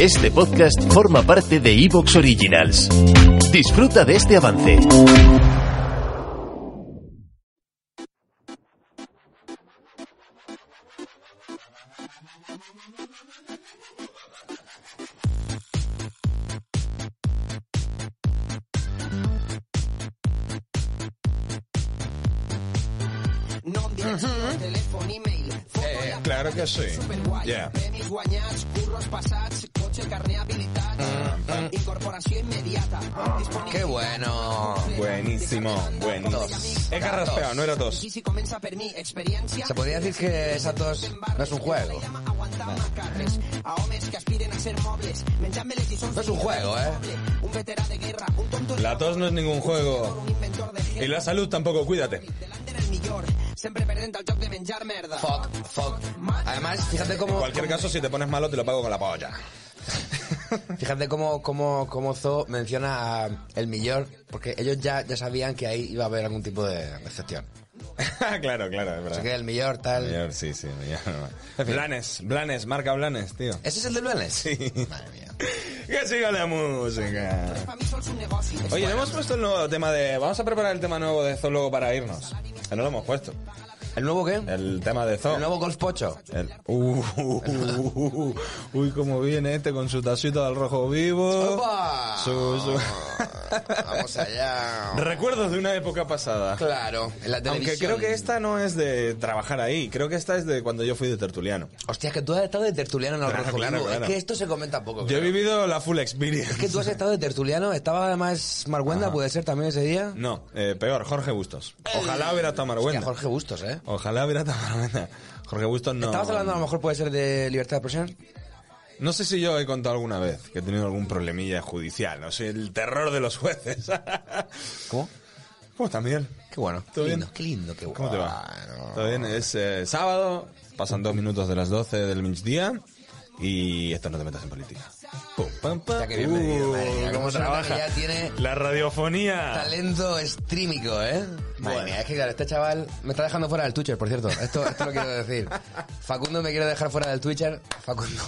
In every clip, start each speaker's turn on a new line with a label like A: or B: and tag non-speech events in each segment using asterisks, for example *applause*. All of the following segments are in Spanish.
A: Este podcast forma parte de Evox Originals. Disfruta de este avance.
B: Eh, claro que sí. Yeah.
C: Mm, Qué bueno.
B: Buenísimo, buenísimo. Es carraspeo, no era tos.
C: Se podría decir que esa tos no es un juego. No es un juego, ¿eh?
B: La tos no es ningún juego. Y la salud tampoco, cuídate.
C: Fuck, fuck. Además, fíjate
B: En
C: cómo...
B: cualquier caso, si te pones malo, te lo pago con la polla. *laughs*
C: Fíjate cómo, cómo, cómo Zo menciona a el millor, porque ellos ya, ya sabían que ahí iba a haber algún tipo de excepción.
B: claro, claro, es
C: Así
B: verdad.
C: que el millor, tal...
B: Señor, sí, sí. señor. Blanes, Blanes, marca Blanes, tío.
C: ¿Ese es el del Lunes? Sí. Madre mía.
B: Que siga la música. Oye, no hemos puesto el nuevo tema de... Vamos a preparar el tema nuevo de Zoo luego para irnos. Que No lo hemos puesto.
C: ¿El nuevo qué?
B: El tema de Zoo.
C: El nuevo Golf Pocho. *laughs*
B: El- Uh, uh, uh, uh, uy, cómo viene este con su tacita del rojo vivo.
C: ¡Opa!
B: Su- su-
C: Vamos allá.
B: Recuerdos de una época pasada.
C: Claro, en la televisión.
B: Aunque creo que esta no es de trabajar ahí, creo que esta es de cuando yo fui de tertuliano.
C: Hostia, que tú has estado de tertuliano en el
B: Claro,
C: Rojo
B: Ah, claro,
C: Vivo.
B: claro.
C: Es que esto se comenta poco.
B: Yo he
C: creo.
B: vivido la full
C: Es que
B: experience.
C: tú has estado de tertuliano. Estaba además Marguenda, puede ser también ese día.
B: No, eh, peor, Jorge Bustos. Ojalá hubiera estado
C: Hostia,
B: Marguenda.
C: Jorge Bustos, ¿eh?
B: Ojalá hubiera estado Marguenda. Jorge Bustos no.
C: Estabas hablando, a lo mejor puede ser de libertad de expresión.
B: No sé si yo he contado alguna vez que he tenido algún problemilla judicial. No sé, el terror de los jueces. *laughs*
C: ¿Cómo?
B: ¿Cómo también?
C: Qué bueno.
B: ¿Todo
C: qué
B: bien?
C: lindo, qué lindo, qué bueno.
B: ¿Cómo te va? Todo bien, es eh, sábado, pasan dos minutos de las 12 del mediodía y esto no te metas en política. Pum, pam, pam. Uh,
C: Ya que bienvenido, madre mía,
B: ¿Cómo
C: cómo se nota que
B: trabaja?
C: ya tiene-
B: La radiofonía.
C: Talento streamico, ¿eh? Madre
B: Bueno.
C: mía, es que claro, este chaval me está dejando fuera del Twitcher, por cierto. Esto, esto lo quiero *laughs* decir. Facundo me quiere dejar fuera del Twitcher. Facundo.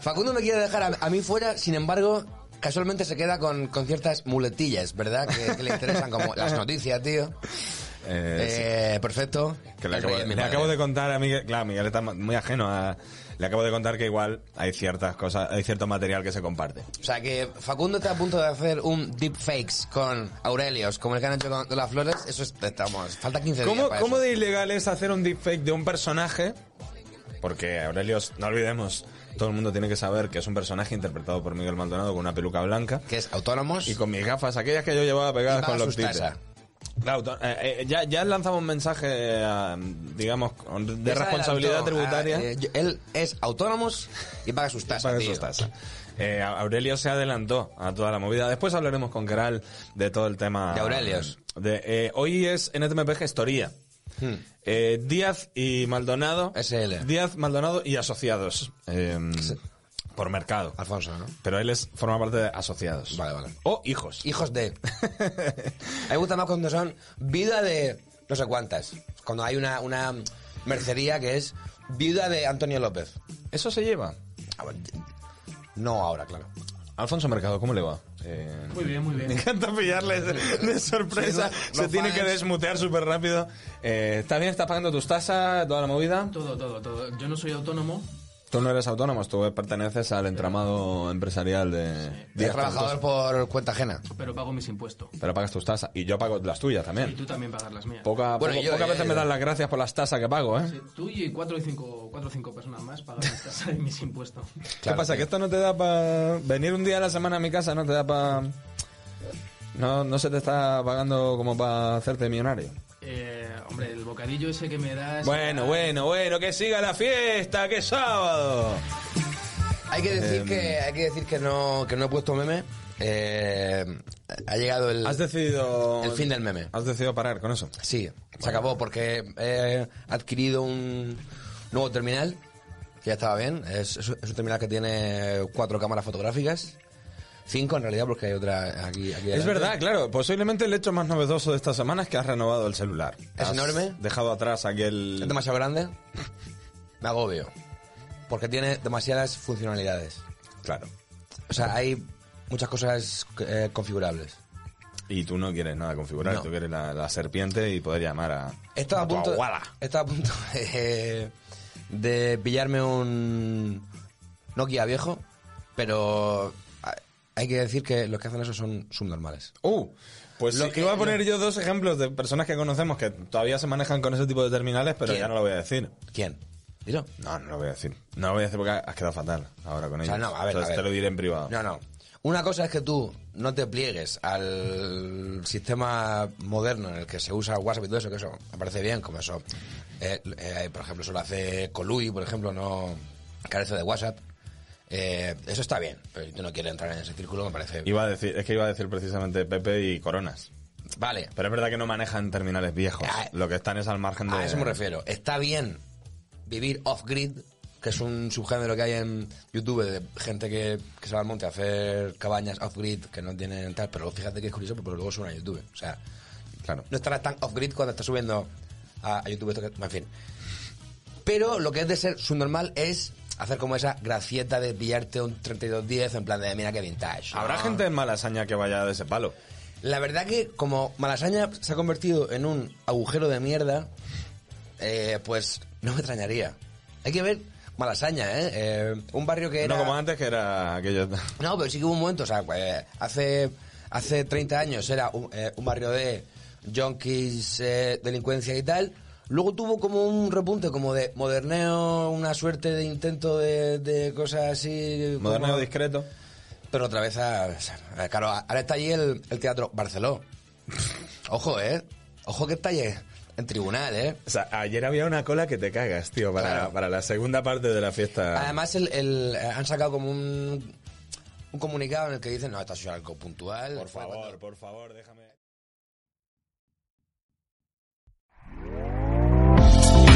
C: Facundo me quiere dejar a, a mí fuera, sin embargo, casualmente se queda con, con ciertas muletillas, ¿verdad? Que, que le interesan, como las noticias, tío.
B: Eh,
C: *laughs* Eh, Perfecto.
B: sí, que le
C: El
B: acabo,
C: rey de mi
B: le
C: padre.
B: acabo de contar a Miguel, claro, Miguel está ma- muy ajeno a... Le acabo de contar que igual hay ciertas cosas, hay cierto material que se comparte.
C: O sea que Facundo está a punto de hacer un deepfakes con Aurelios, como el que han hecho con, con las flores. Eso es- estamos. Falta 15 días.
B: ¿Cómo,
C: para
B: cómo
C: eso.
B: de ilegal es hacer un deepfake de un personaje? Porque Aurelios, no olvidemos, todo el mundo tiene que saber que es un personaje interpretado por Miguel Maldonado con una peluca blanca.
C: Que es autónomos.
B: Y con mis gafas, aquellas que yo llevaba
C: Y
B: pegadas
C: va
B: con
C: a
B: los
C: sus
B: tites.
C: tazas.
B: Claro, to- eh, eh, ya, ya lanzamos un mensaje, eh, digamos, con- de
C: Ya se
B: responsabilidad
C: adelantó.
B: tributaria
C: Ah, eh, yo- él es autónomo y paga sus tasas.
B: para
C: tío.
B: sus tasas. Eh, A- Aurelio se adelantó a toda la movida. Después hablaremos con Keral de todo el tema.
C: De Aurelios.
B: de, eh, hoy es NTMP Gestoría.
C: Hmm.
B: Eh, Díaz y Maldonado.
C: SL.
B: Díaz, Maldonado y asociados. eh, por mercado.
C: Alfonso, ¿no?
B: Pero él es, forma parte de asociados.
C: Vale, vale.
B: O hijos.
C: Hijos de. A mí me gusta más cuando son vida de no sé cuántas. Cuando hay una, una mercería que es vida de Antonio López.
B: Eso se lleva.
C: A ver, No ahora, claro.
B: Alfonso Mercado, ¿cómo le va? Eh,
D: Muy bien, muy
B: Me
D: bien.
B: encanta pillarle de, de sorpresa.
C: Sí, los-
B: Se
C: los
B: tiene
C: fans.
B: que desmutear súper rápido. Eh, ¿Está bien? ¿Estás pagando tus tasas? ¿Toda la movida?
D: Todo, todo, todo. Yo no soy autónomo.
B: Tú no eres autónomo, tú perteneces al entramado empresarial de...
C: Es
B: Díaz
C: trabajador por cuenta ajena.
D: Pero pago mis impuestos.
B: Cantú. Pero pagas tus tasas. Y yo pago las tuyas
D: Y
B: también.
D: tú también pagas las mías.
B: Poca,
C: Bueno,
B: poco-
C: yo-
B: pocas
C: yo-
B: veces
C: yo-
B: me dan las gracias por las tasas que pago, ¿eh?
D: Sí, Tú y cuatro o cinco, cuatro o cinco personas más pagan *laughs* mis tasas y mis impuestos.
C: Claro,
B: ¿Qué pasa?
C: tío.
B: ¿Que esto no te da para... Venir un día a la semana a mi casa no te da para... No, no se te está pagando como para hacerte millonario.
D: Eh, hombre, el bocadillo ese que me das...
B: Bueno, bueno, bueno, que siga la fiesta, que es sábado.
C: Hay que decir
B: Em,
C: que hay que decir que no que no he puesto meme. Eh, ha llegado el
B: Has decidido.
C: El fin del meme.
B: Has decidido parar con eso.
C: Sí, se acabó porque he adquirido un nuevo terminal que ya estaba bien. Es, es un es un terminal que tiene cuatro cámaras fotográficas. Cinco en realidad porque hay otra aquí. aquí
B: Es
C: delante.
B: verdad, claro. Posiblemente el hecho más novedoso de esta semana es que has renovado el celular.
C: Es
B: Has
C: enorme.
B: Dejado atrás
C: Es
B: aquel.
C: demasiado grande. Me agobio. Porque tiene demasiadas funcionalidades.
B: Claro.
C: O sea, hay muchas cosas eh, configurables.
B: Y tú no quieres nada configurar,
C: No.
B: tú quieres la, la serpiente y poder llamar a,
C: Estaba
B: a
C: a
B: tu
C: punto,
B: abuela.
C: estaba a punto *laughs* de, de pillarme un Nokia viejo, pero hay- hay que decir que los que hacen eso son subnormales.
B: Uh, pues
C: Lo
B: sí,
C: que-
B: iba a poner yo dos ejemplos de personas que conocemos que todavía se manejan con ese tipo de terminales, pero
C: ¿Quién?
B: ya no lo voy a decir.
C: ¿Quién? Dilo.
B: No, no lo voy a decir. No lo voy a decir porque has quedado fatal ahora con
C: O
B: ellos.
C: sea, no, a ver,
B: Entonces
C: a ver.
B: te lo diré en privado.
C: No, no. Una cosa es que tú no te pliegues al sistema moderno en el que se usa WhatsApp y todo eso, que eso me parece bien, como eso. eh, eh, por ejemplo, eso lo hace Colui, por ejemplo, no carece de WhatsApp. Eh, eso está bien, pero yo no quiero entrar en ese círculo, me parece.
B: Iba a decir, es que iba a decir precisamente Pepe y Coronas.
C: Vale,
B: Pero es verdad que no manejan terminales viejos.
C: Ah,
B: Lo que están es al margen de.
C: a eso me refiero. Está bien vivir off-grid, que es un subgénero que hay en YouTube de gente que, que se va al monte a hacer cabañas off-grid que no tienen tal, pero fíjate que es curioso porque luego suena a YouTube. O sea,
B: Claro.
C: no estarás tan off-grid cuando estás subiendo a, a YouTube. Esto que- en fin. Pero lo que es de ser subnormal es hacer como esa gracieta de pillarte un 3210 en plan de mira qué vintage. ¿no?
B: Habrá gente en Malasaña que vaya de ese palo.
C: La verdad que como Malasaña se ha convertido en un agujero de mierda, eh, pues no me extrañaría. Hay que ver Malasaña, ¿eh? Eh, un barrio que era...
B: No como antes que era aquello. *laughs*
C: No, pero sí que hubo un momento, o sea, eh, hace, hace 30 años era un, eh, un barrio de junkies, eh, delincuencia y tal. Luego tuvo como un repunte como de moderneo, una suerte de intento de, de cosas así...
B: Moderneo
C: como-
B: discreto.
C: pero otra vez, a, a- claro, ahora está allí el, el Teatro Barceló. Ojo, ¿eh? Ojo que está allí en tribunal, ¿eh?
B: O sea, ayer había una cola que te cagas, tío, para,
C: Claro.
B: para la segunda parte de la fiesta.
C: Además, el, el- eh, han sacado como un, un comunicado en el que dicen, no, esto ha sido algo puntual.
B: por favor, por favor, déjame.